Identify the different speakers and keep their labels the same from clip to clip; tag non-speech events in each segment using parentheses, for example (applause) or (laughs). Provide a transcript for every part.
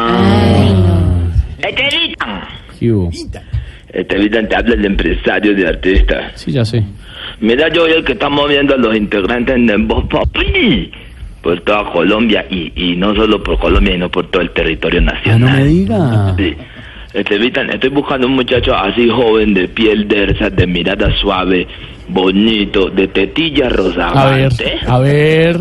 Speaker 1: Estevitan. Estevitan.
Speaker 2: ¿Qué hubo?
Speaker 1: Estevitan te habla de empresario de artistas.
Speaker 2: Sí, ya sé.
Speaker 1: Mira, yo soy el que está moviendo a los integrantes de Voz Populi por toda Colombia y, y no solo por Colombia, sino por todo el territorio
Speaker 2: Ah, no me
Speaker 1: nacional.
Speaker 2: diga.
Speaker 1: Sí. Estevitan, estoy buscando un muchacho así joven, de piel dersa, de mirada suave, bonito, de tetilla
Speaker 2: A ver,
Speaker 1: rozagante.
Speaker 2: a ver.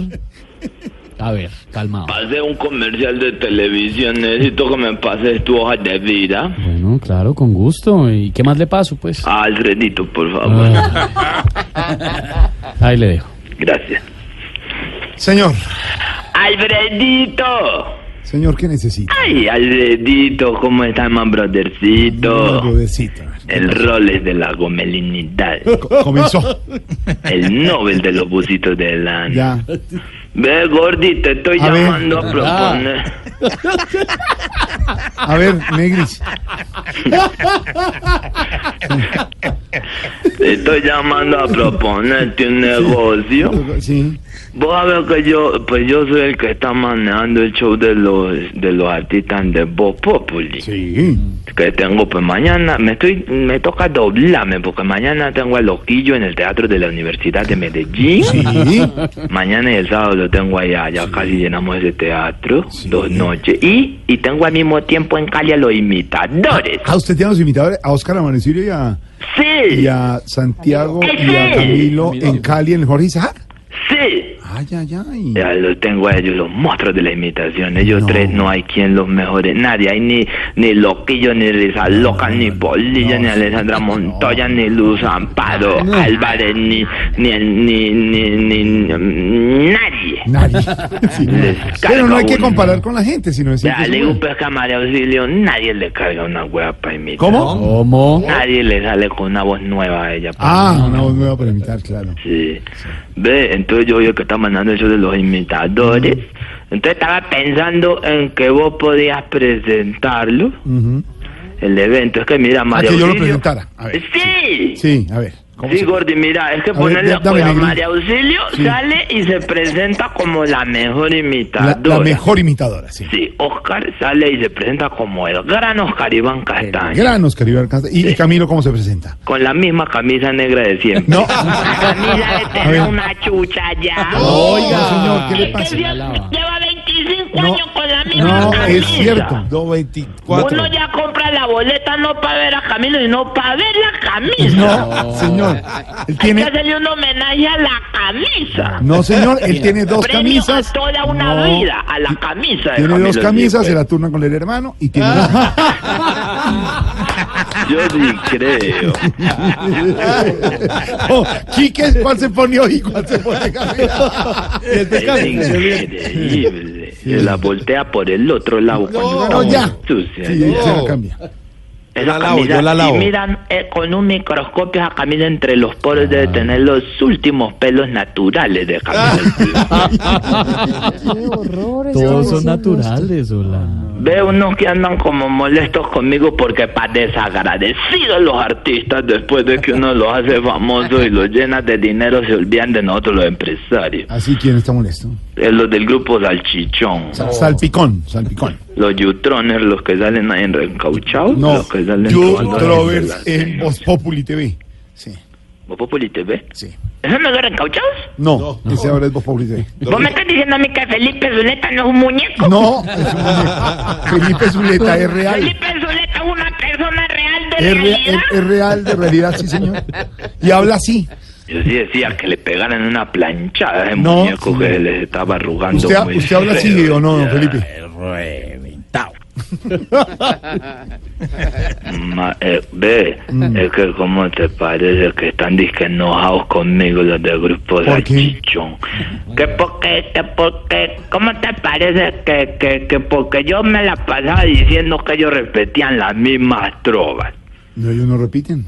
Speaker 2: A ver, calmado.
Speaker 1: Pasé un comercial de televisión, necesito que me pases tu hoja de vida.
Speaker 2: Bueno, claro, con gusto. ¿Y qué más le paso, pues?
Speaker 1: Ah, Alfredito, por favor.
Speaker 2: Ah. Ahí le dejo.
Speaker 1: Gracias.
Speaker 3: Señor,
Speaker 1: Alfredito.
Speaker 3: señor, ¿qué necesita?
Speaker 1: Ay, Alfredito, ¿cómo estás, man,
Speaker 3: Algo
Speaker 1: brothercito?
Speaker 3: de cita.
Speaker 1: El Rolex de la gomelinidad.
Speaker 3: Co-
Speaker 1: (laughs)
Speaker 3: Comenzó.
Speaker 1: El Nobel de los busitos de lana.
Speaker 3: Ya.
Speaker 1: Ve, Gordi, te estoy
Speaker 3: A ver. Ah.
Speaker 1: llamando a proponer.
Speaker 3: A ver, Negris.
Speaker 1: Te estoy llamando a proponerte un negocio.
Speaker 3: Sí.
Speaker 1: Vos sabés que yo, pues yo soy el que está manejando el show de los, de los artistas de Voz Populi.
Speaker 3: Sí.
Speaker 1: que tengo pues mañana me estoy me toca doblarme porque mañana tengo a Loquillo en el teatro de la Universidad de Medellín
Speaker 3: Sí.
Speaker 1: mañana y el sábado lo tengo allá ya casi llenamos ese teatro dos noches y y tengo al mismo tiempo en Cali a los imitadores
Speaker 3: Ah, usted tiene a los imitadores, a Óscar Amanecirio y a,
Speaker 1: sí
Speaker 3: y a Santiago y
Speaker 1: Camilo.
Speaker 3: a Camilo en Cali, en el Jorge Isaac.
Speaker 1: sí
Speaker 3: Ay, ay, ay.
Speaker 1: ya los tengo a ellos los monstruos de la imitación ellos
Speaker 3: No.
Speaker 1: tres no hay quien los mejore nadie hay ni ni Loquillo ni Risa Loca ni Polilla ni
Speaker 3: (laughs)
Speaker 1: Alessandra Montoya ni Luz Amparo Álvarez ni ni ni ni, ni- ni- nadie (laughs)
Speaker 3: Nadie. Sí. Pero no hay que
Speaker 1: uno.
Speaker 3: comparar con la gente, sino decir
Speaker 1: Ya, le
Speaker 3: que es
Speaker 1: digo,
Speaker 3: bueno.
Speaker 1: pues, cámara de auxilio, nadie le carga una hueá para imitar.
Speaker 2: (laughs)
Speaker 3: ¿Cómo?
Speaker 2: ¿Cómo?
Speaker 1: Nadie le sale con una voz nueva a ella. pa'
Speaker 3: Ah, una voz nueva para imitar, claro.
Speaker 1: Sí. Ve, entonces yo veo que está mandando eso de los imitadores.
Speaker 3: Mm.
Speaker 1: Entonces estaba pensando en que vos podías presentarlo,
Speaker 3: Ujú.
Speaker 1: el evento. Es que mira, María
Speaker 3: Ah, que yo lo
Speaker 1: Auxilio-
Speaker 3: presentara. A ver,
Speaker 1: Sí. Sí.
Speaker 3: Sí, a ver. ¿cómo se-
Speaker 1: Gordi, mira, es que
Speaker 3: A ver,
Speaker 1: ponerle
Speaker 3: da-
Speaker 1: a
Speaker 3: dame,
Speaker 1: prueba a
Speaker 3: Negrito.
Speaker 1: María Auxilio
Speaker 3: Sí.
Speaker 1: sale y se presenta como la mejor
Speaker 3: La,
Speaker 1: imitadora.
Speaker 3: la mejor imitadora, sí.
Speaker 1: Sí, Oscar sale y se presenta como el gran Oscar Iván Castaño.
Speaker 3: Gran Oscar Iván Castaño. ¿Y, y Camilo cómo se presenta?
Speaker 1: Con la misma camisa negra de siempre.
Speaker 3: No.
Speaker 1: La (laughs) camisa de
Speaker 3: A
Speaker 1: tener
Speaker 3: ver.
Speaker 1: una chucha ya.
Speaker 3: Oiga, señor, ¿qué le
Speaker 1: Es
Speaker 3: pasa?
Speaker 1: que ya
Speaker 2: lava.
Speaker 1: lleva 25
Speaker 3: No,
Speaker 1: años con la misma
Speaker 3: No,
Speaker 1: camisa.
Speaker 3: es cierto. 224.
Speaker 1: Uno ya compra la boleta no para ver a Camilo, sino para ver la camisa.
Speaker 3: No, señor. Él
Speaker 1: Hay que
Speaker 3: tiene.
Speaker 1: hacerle un homenaje a la camisa.
Speaker 3: No, señor, él tiene dos
Speaker 1: Premio
Speaker 3: camisas.
Speaker 1: a toda una
Speaker 3: No,
Speaker 1: vida a la camisa. de
Speaker 3: Tiene
Speaker 1: Camilo
Speaker 3: dos camisas, se
Speaker 1: Cifuentes.
Speaker 3: la turna con el hermano y tiene.
Speaker 1: (laughs) Yo sí creo.
Speaker 3: Oh, Quique, ¿cuál se pone hoy y cuál se pone
Speaker 1: (laughs)
Speaker 3: Camila? El
Speaker 1: Es increíble. Se la voltea por el otro lado. cuando
Speaker 3: No,
Speaker 1: está
Speaker 3: ya.
Speaker 1: muy sucia.
Speaker 3: Sí, se la cambia.
Speaker 1: Esa
Speaker 4: la lavo,
Speaker 1: camisa,
Speaker 4: yo la lavo.
Speaker 1: Y miran eh, con un microscopio a Camila entre los poros debe
Speaker 4: Ah.
Speaker 1: tener los últimos pelos naturales de
Speaker 4: (laughs)
Speaker 1: Camila.
Speaker 2: Todos son naturales, hola.
Speaker 1: Ve unos que andan como molestos conmigo porque para desagradecidos los artistas después de que uno los hace famosos y los llena de dinero se olvidan de nosotros los empresarios.
Speaker 3: Así, ¿quién está molesto?
Speaker 1: Eh, los del grupo Salchichón.
Speaker 3: Sal- Salpicón, salpicón.
Speaker 1: Los yutrones, los que salen ahí en Reencauchao.
Speaker 3: No,
Speaker 1: los que salen
Speaker 3: yo
Speaker 1: robando
Speaker 3: Trovers
Speaker 1: las-
Speaker 3: en Voz Populi TV. Sí,
Speaker 1: ¿Vos Populi TV?
Speaker 3: sí.
Speaker 1: ¿Eso no es Reencauchaos?
Speaker 3: No, ese ahora es Voz Populi
Speaker 4: (laughs)
Speaker 3: TV.
Speaker 1: ¿Vos me estás diciendo a mí que Felipe Zuleta no es un muñeco?
Speaker 3: No, es un muñeco. Felipe Zuleta es real.
Speaker 1: Felipe Zuleta es una persona real de
Speaker 3: Es, re-
Speaker 1: realidad.
Speaker 3: es- es real, de realidad, sí, señor. Y habla así.
Speaker 1: Yo sí decía que le pegaran una planchada de
Speaker 3: No,
Speaker 1: muñeco
Speaker 3: sí.
Speaker 1: que les estaba arrugando.
Speaker 3: ¿Usted,
Speaker 1: muy
Speaker 3: usted habla así
Speaker 1: feo.
Speaker 3: o no, don Felipe?
Speaker 1: Ma- eh, ve,
Speaker 3: Mm.
Speaker 1: es que como te parece que están disque enojados conmigo los del grupo
Speaker 3: ¿Por qué?
Speaker 1: Salchichón. Que porque, que porque, ¿cómo te parece que, que, que porque yo me la pasaba diciendo que ellos repetían las mismas trovas?
Speaker 3: No, ellos no repiten.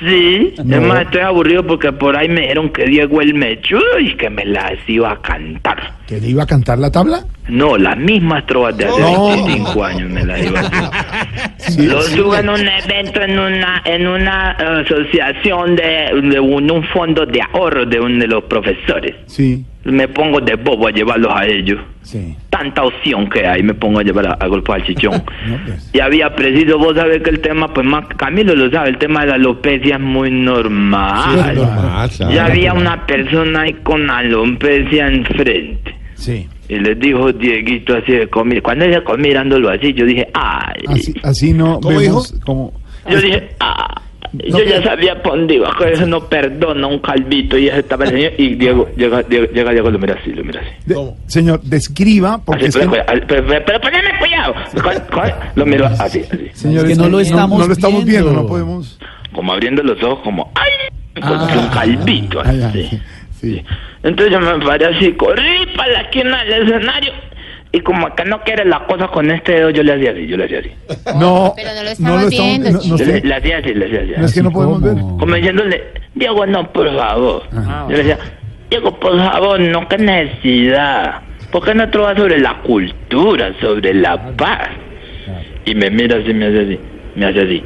Speaker 1: Sí,
Speaker 3: No.
Speaker 1: es más, estoy aburrido porque por ahí me dijeron que Diego el mechudo y que me las iba a cantar.
Speaker 3: ¿Que le iba a cantar la tabla?
Speaker 1: No, las mismas trovas de hace
Speaker 3: No.
Speaker 1: 25 años me las iba a cantar.
Speaker 3: Sí,
Speaker 1: Lo
Speaker 3: sí.
Speaker 1: subo en un evento, en una, en una eh, asociación de, de un, un fondo de ahorro de uno de los profesores.
Speaker 3: Sí,
Speaker 1: Me pongo de bobo a llevarlos a ellos.
Speaker 3: sí.
Speaker 1: Ta, tanta opción que hay, me pongo a llevar a, al golpe al chichón.
Speaker 4: No, pues.
Speaker 1: Y había preciso, vos sabés que el tema, pues más, Camilo lo sabe, el tema de la alopecia es muy
Speaker 4: Sí, es
Speaker 1: normal.
Speaker 4: normal, claro.
Speaker 1: ya había una persona ahí con alopecia enfrente.
Speaker 4: Sí.
Speaker 1: Y les dijo Dieguito así de comir. Cuando ella comió mirándolo así, yo dije, ay.
Speaker 3: Así, así no
Speaker 4: ¿Cómo
Speaker 3: vemos
Speaker 4: dijo?
Speaker 3: como
Speaker 1: Yo dije, ah. yo ya sabía por dónde iba, que eso no perdona un calvito. Y ese estaba el señor. Y Diego, llega, Diego, llega Diego, lo mira así, lo mira así.
Speaker 3: de-
Speaker 4: ¿Cómo?
Speaker 3: señor, describa porque
Speaker 1: Así,
Speaker 3: es
Speaker 1: pero,
Speaker 3: que-
Speaker 1: cuidado, pero, pero, pero poneme cuidado. Con- con- lo miro así, así.
Speaker 3: señor,
Speaker 2: Es que no lo estamos
Speaker 3: no lo estamos viendo,
Speaker 2: viendo.
Speaker 3: no podemos.
Speaker 1: Como abriendo los ojos, como, ay. Como que un calvito.
Speaker 3: Ah. Ay, ay,
Speaker 1: así.
Speaker 3: sí.
Speaker 1: Entonces yo me paré así, corrí para la esquina del escenario. Y como que no quiere la cosa con este dedo, yo le hacía así, yo le hacía así.
Speaker 3: ¿Ah, No,
Speaker 5: pero no lo
Speaker 3: no
Speaker 5: estamos viendo,
Speaker 3: no- no
Speaker 5: chico.
Speaker 1: Yo le,
Speaker 3: sé-
Speaker 1: le hacía así, le hacía así.
Speaker 3: no es que no
Speaker 2: Así
Speaker 3: podemos ver. (laughs)
Speaker 2: como-
Speaker 1: como diciéndole, Diego, no, por favor.
Speaker 3: Ah.
Speaker 1: Yo le decía, Diego, por favor, no, qué necesidad. ¿Por qué no trabajas sobre la cultura, sobre la paz? Y me mira así, me hace así, me hace así.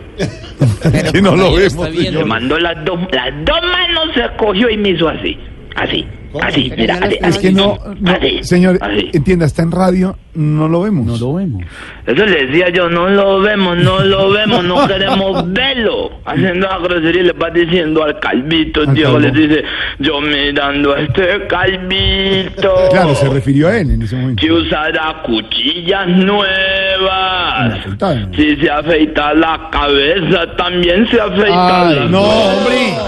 Speaker 4: Que no lo vemos.
Speaker 1: Me
Speaker 4: señor.
Speaker 1: mandó las dos, las dos manos, se cogió y me hizo así, así, así,
Speaker 5: Pero
Speaker 1: mira,
Speaker 5: ya lo
Speaker 1: así,
Speaker 5: estamos
Speaker 3: Es
Speaker 1: así,
Speaker 3: que no, no,
Speaker 1: así,
Speaker 3: señor,
Speaker 1: así.
Speaker 3: entienda, está en radio, no lo vemos.
Speaker 2: No lo vemos.
Speaker 1: Eso le decía yo, no lo vemos, no lo vemos,
Speaker 3: (laughs)
Speaker 1: no queremos verlo. Haciendo la grosería le va diciendo al calvito,
Speaker 3: Al
Speaker 1: Diego
Speaker 3: calvo.
Speaker 1: le dice, yo mirando a este calvito.
Speaker 3: Claro, se refirió a él en ese momento.
Speaker 1: Si usará cuchillas nuevas.
Speaker 3: Una afeitada.
Speaker 1: Si se afeita la cabeza, también se afeita
Speaker 3: Ay,
Speaker 1: la
Speaker 3: no,
Speaker 1: cabeza.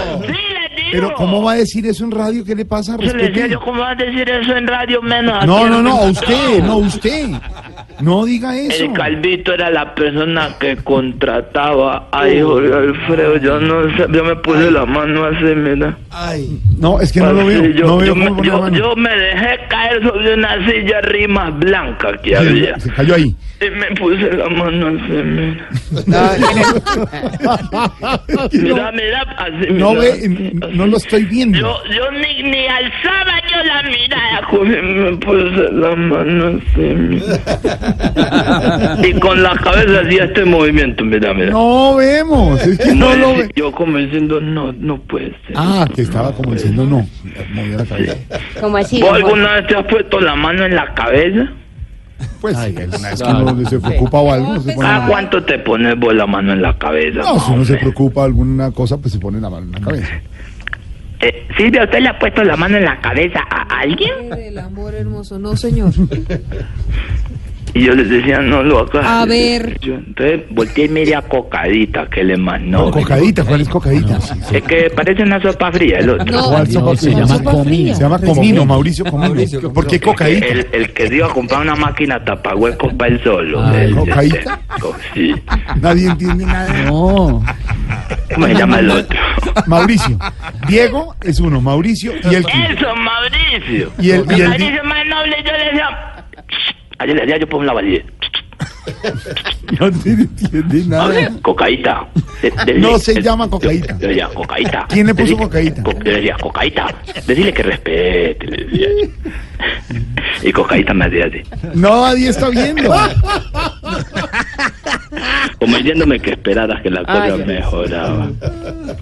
Speaker 3: hombre.
Speaker 1: Sí, le digo.
Speaker 3: Pero ¿cómo va a decir eso en radio? ¿Qué le pasa?
Speaker 1: Yo le decía
Speaker 3: Respete.
Speaker 1: yo, ¿cómo vas a decir eso en radio menos? a
Speaker 3: No,
Speaker 1: ti,
Speaker 3: no, no, a
Speaker 1: hermano?
Speaker 3: usted, no, a usted. No diga eso.
Speaker 1: El Calvito era la persona que contrataba a
Speaker 3: Oh.
Speaker 1: Jorge Alfredo. Yo no sé, yo me puse la mano así, mira.
Speaker 4: Ay.
Speaker 3: No, es que no lo
Speaker 1: Así,
Speaker 3: veo.
Speaker 1: yo,
Speaker 3: No
Speaker 1: yo
Speaker 3: veo
Speaker 1: me,
Speaker 3: cómo pone
Speaker 1: yo-
Speaker 3: la mano.
Speaker 1: yo me dejé caer sobre una silla rimas blanca que había.
Speaker 3: Se cayó ahí.
Speaker 1: Y me puse la mano así, mira.
Speaker 3: (laughs)
Speaker 1: Mira, mira, así,
Speaker 3: No
Speaker 1: mira,
Speaker 3: ve, em,
Speaker 1: así,
Speaker 3: no
Speaker 1: así.
Speaker 3: lo estoy viendo.
Speaker 1: Yo, yo ni, ni alzaba yo la mirada, Jorge, me puse la mano así, mira. Y con la cabeza hacía este movimiento, mira, mira.
Speaker 3: No vemos, es que no lo
Speaker 1: dice-
Speaker 3: ve.
Speaker 1: Yo como diciendo, no, no puede ser.
Speaker 3: Ah, que estaba como diciendo no. Movió la cabeza.
Speaker 5: Como así.
Speaker 1: ¿Vos
Speaker 5: como-
Speaker 1: alguna vez te has puesto la mano en la cabeza?
Speaker 3: Pues
Speaker 2: Ay,
Speaker 3: sí, alguna vez que
Speaker 2: claro.
Speaker 3: uno se preocupa o algo, se pone.
Speaker 1: ¿A
Speaker 3: la-
Speaker 1: cuánto te pones vos la mano en la cabeza?
Speaker 3: Ah. No, si uno se
Speaker 1: hombre?
Speaker 3: preocupa alguna cosa, pues se pone la mano en la cabeza.
Speaker 1: Eh, Silvia, ¿usted le ha puesto la mano en la cabeza a alguien?
Speaker 6: El amor hermoso, no
Speaker 3: (laughs)
Speaker 6: señor.
Speaker 1: Y yo les decía, no lo hagas.
Speaker 6: A ver.
Speaker 1: Yo, entonces volteé y miré a Cocadita, que le mandó.
Speaker 3: No, cocadita, ¿cuál es cocadita?
Speaker 1: Es que parece una sopa fría el otro.
Speaker 6: No,
Speaker 3: ¿Cuál
Speaker 2: Dios,
Speaker 3: sopa
Speaker 2: se
Speaker 3: fría?
Speaker 2: llama
Speaker 3: Sopa
Speaker 2: comino.
Speaker 3: Se llama Comino, Mauricio Comino.
Speaker 4: Mauricio
Speaker 3: ¿Por qué cocadita?
Speaker 1: El, el que dio a comprar una máquina tapahuecos para el solo.
Speaker 2: Ay,
Speaker 1: El-
Speaker 3: Ah,
Speaker 1: este,
Speaker 3: ¿Cocadita?
Speaker 1: Sí.
Speaker 3: Nadie entiende nada.
Speaker 2: No.
Speaker 1: ¿Cómo se llama el otro?
Speaker 3: Mauricio. Diego es uno, Mauricio y el que-
Speaker 1: Eso, Mauricio.
Speaker 3: Y el- y el-
Speaker 1: Mauricio es más noble, yo le decía. Ayer le decía yo por una validez.
Speaker 3: no te entiende nada.
Speaker 1: Cocaíta. De- de-
Speaker 3: No
Speaker 1: de-
Speaker 3: se
Speaker 1: de-
Speaker 3: llama
Speaker 1: yo-
Speaker 3: cocaíta.
Speaker 1: Yo le decía, cocaíta.
Speaker 3: ¿Quién le puso
Speaker 1: Decile-
Speaker 3: cocaíta?
Speaker 1: co- yo le decía, cocaíta. Decirle que respete, le decía yo. Y cocaíta me hacía así.
Speaker 3: No, nadie está viendo.
Speaker 1: Como diciéndome que esperaras que la cosa
Speaker 5: Ay,
Speaker 1: mejoraba.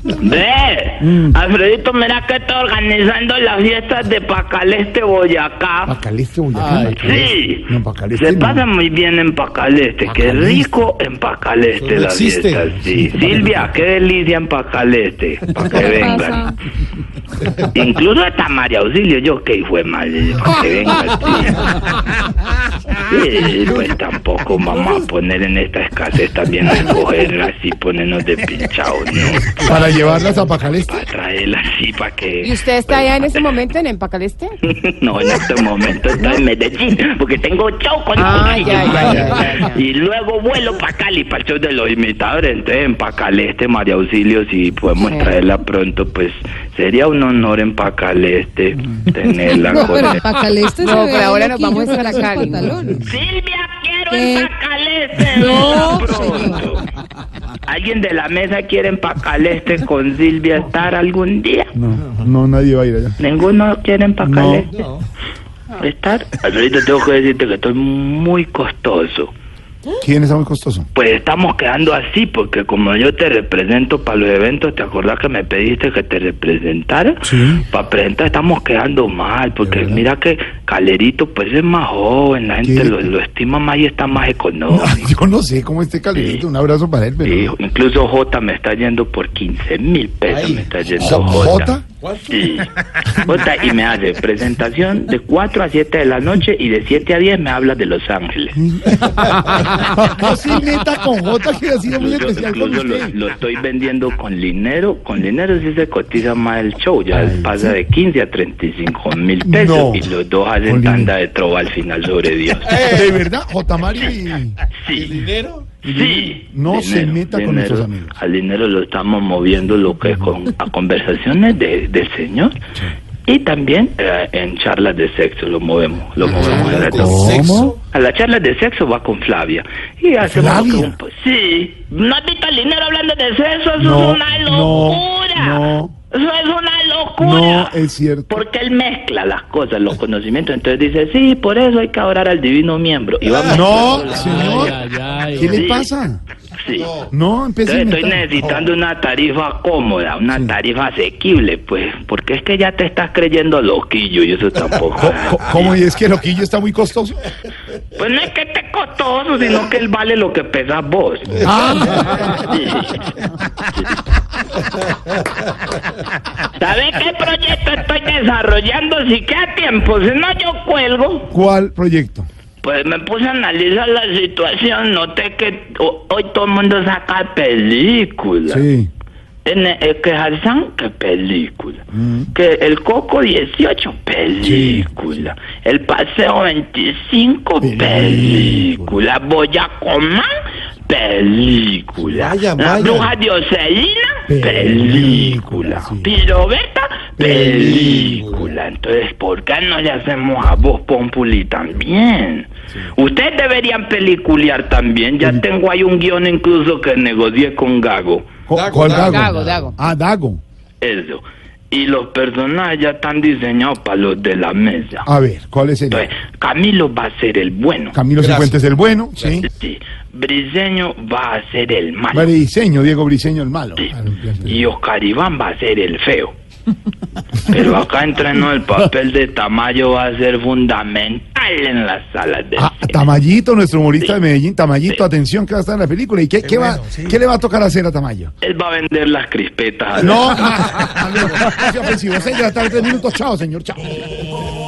Speaker 1: Ve, Alfredito, mira que está organizando las fiestas de Pacaleste, Boyacá.
Speaker 3: Pacaleste, Boyacá.
Speaker 2: Ay,
Speaker 1: Sí,
Speaker 3: No, en Pacaleste
Speaker 1: se
Speaker 3: no.
Speaker 1: pasa muy bien en Pacaleste, qué
Speaker 4: Pacaleste.
Speaker 1: rico en Pacaleste
Speaker 4: Eso no
Speaker 1: la
Speaker 4: existe.
Speaker 1: fiesta, sí. Silvia, qué delicia en Pacaleste, para que vengan.
Speaker 6: pasa?
Speaker 1: Incluso hasta María Auxilio, yo que fue madre, para que vengan. Sí. Sí, pues tampoco vamos a poner en esta escasez también a cogerlas y ponernos de pinchados, ¿no?
Speaker 3: Para llevarlas a Pacaleste.
Speaker 1: Para traerlas así, para que... Pues,
Speaker 5: ¿Y usted está allá en
Speaker 1: (laughs)
Speaker 5: ese momento en Empacaleste?
Speaker 1: No, en este momento estoy en Medellín, porque tengo show con
Speaker 5: Ah, ya, ya, ya, ya, ya.
Speaker 1: Y luego vuelo para Cali, para el show de los imitadores. Entonces, en Pacaleste, María Auxilio, si podemos
Speaker 5: Sí.
Speaker 1: traerla pronto, pues sería un honor en Pacaleste
Speaker 5: Mm.
Speaker 1: tenerla
Speaker 5: (laughs)
Speaker 6: No,
Speaker 1: con
Speaker 6: pero
Speaker 1: él.
Speaker 6: Pacaleste
Speaker 5: No,
Speaker 6: se
Speaker 5: pero
Speaker 6: ve
Speaker 5: ahora
Speaker 6: ahí
Speaker 5: nos
Speaker 6: aquí,
Speaker 5: vamos
Speaker 6: yo
Speaker 5: a
Speaker 6: creo que
Speaker 5: Cali.
Speaker 6: esos pantalones.
Speaker 1: Silvia, quiero
Speaker 6: ¿Qué?
Speaker 1: en Pacaleste.
Speaker 6: No,
Speaker 1: pronto. ¿Alguien de la mesa quiere en Pacaleste con Silvia estar algún día?
Speaker 3: No, no, nadie va a ir allá.
Speaker 1: ¿Ninguno quiere en Pacaleste?
Speaker 4: No.
Speaker 1: estar. Alfredito, tengo que decirte que estoy muy costoso.
Speaker 3: ¿Quién está muy costoso?
Speaker 1: Pues estamos quedando así, porque como yo te represento para los eventos, ¿te acordás que me pediste que te representara?
Speaker 3: Sí.
Speaker 1: Para presentar estamos quedando mal, porque mira que Calerito pues es más joven, la gente
Speaker 3: ¿Qué?
Speaker 1: lo, lo estima más y está más económico.
Speaker 3: (laughs) Ay, yo no sé cómo esté Calerito. Un abrazo para él, pero.
Speaker 1: Sí, incluso J me está yendo por 15 mil pesos, me está yendo J.
Speaker 3: ¿Jota?
Speaker 1: Sí. Jota, y me hace presentación de 4 a 7 de la noche y de 7 a 10 me habla de Los Ángeles.
Speaker 3: No se meta con Jota, que ha sido muy
Speaker 1: Incluso,
Speaker 3: especial con
Speaker 1: incluso lo,
Speaker 3: usted.
Speaker 1: lo estoy vendiendo con dinero. Con dinero sí se cotiza más el show. Ya pasa de 15 a 35 mil pesos.
Speaker 3: No.
Speaker 1: Y los dos
Speaker 3: Con
Speaker 1: hacen
Speaker 3: dinero.
Speaker 1: tanda de trova al final sobre
Speaker 3: (laughs)
Speaker 1: Dios.
Speaker 3: De verdad, Jota Mario y.
Speaker 1: Sí.
Speaker 4: ¿Dinero?
Speaker 1: Sí.
Speaker 3: No se meta con nuestros amigos.
Speaker 1: Al dinero lo estamos moviendo lo que es con, a conversaciones de, de señor. Y también eh, en charlas de sexo lo movemos.
Speaker 3: Ah,
Speaker 1: Lo movemos a la
Speaker 2: ¿Cómo?
Speaker 1: A la charla de sexo va con Flavia. Y hacemos
Speaker 3: ¿Flavia?
Speaker 1: que un po- Sí. ¿No has visto al dinero hablando de sexo? Eso
Speaker 3: No,
Speaker 1: es una
Speaker 3: no,
Speaker 1: locura.
Speaker 3: no.
Speaker 1: Eso es una locura.
Speaker 3: No, es cierto.
Speaker 1: Porque él mezcla las cosas, los conocimientos. Entonces dice, sí, por eso hay que orar al divino miembro. Y vamos.
Speaker 3: No, señor.
Speaker 2: Ay, ay, ay.
Speaker 3: ¿Qué le pasa?
Speaker 1: Sí.
Speaker 3: No, empieza a
Speaker 1: Entonces estoy
Speaker 3: inventar.
Speaker 1: necesitando una tarifa cómoda, una tarifa asequible, pues, porque es que ya te estás creyendo loquillo y eso tampoco.
Speaker 3: (laughs) Co- co- ¿Cómo? ¿Y es que Loquillo está muy costoso?
Speaker 1: Pues no es que esté costoso, sino que él vale lo que pesas vos. Sí. ¿Sabes qué proyecto estoy desarrollando? Si queda tiempo, si no yo cuelgo.
Speaker 3: ¿Cuál proyecto?
Speaker 1: Pues me puse a analizar la situación, noté que ho- hoy todo el mundo saca películas.
Speaker 3: Sí.
Speaker 1: En el, el eh, que Hassan, qué película. Que el Coco 18, película. El Paseo 25, película. Boyacomán, película.
Speaker 4: Vaya,
Speaker 1: La
Speaker 4: vaya.
Speaker 1: Bruja de Ocelina,
Speaker 3: Película,
Speaker 1: película.
Speaker 3: sí.
Speaker 1: Pirobeta,
Speaker 3: Película.
Speaker 1: película. Entonces, ¿por qué no le hacemos a vos Populi también? Ustedes deberían peliculear también. Ya tengo ahí un guión incluso que negocié con Gago.
Speaker 3: Co-
Speaker 4: Dago,
Speaker 3: ¿Cuál
Speaker 4: Dago.
Speaker 3: Dago?
Speaker 6: Dago, Dago.
Speaker 3: Ah, Dago.
Speaker 1: Eso. Y los personajes ya están diseñados para los de la mesa.
Speaker 3: A ver, ¿cuál es el?
Speaker 1: Entonces, Camilo va a ser el bueno.
Speaker 3: Camilo
Speaker 4: Gracias.
Speaker 3: Cifuentes el bueno, sí.
Speaker 1: Sí. Briseño va a ser el malo.
Speaker 3: Briseño, Diego Briseño el malo. Ah,
Speaker 1: Sí. Y Oscar Iván va a ser el feo. Pero acá entrenó el papel de Tamayo va a ser fundamental en las salas de
Speaker 3: Ah,
Speaker 1: cine.
Speaker 3: Tamayito, nuestro humorista
Speaker 1: Sí.
Speaker 3: de Medellín, Tamayito,
Speaker 1: Sí.
Speaker 3: atención que va a estar en la película. ¿Y qué, qué va,
Speaker 4: bueno, sí.
Speaker 3: qué le va a tocar hacer a
Speaker 4: (laughs)
Speaker 3: Tamayo?
Speaker 1: Él va a vender las crispetas. a la- (laughs)
Speaker 3: (laughs) No, ah, amigo, no sea ofensivo. Seis de la tarde, tres minutos. Chao, señor, chao.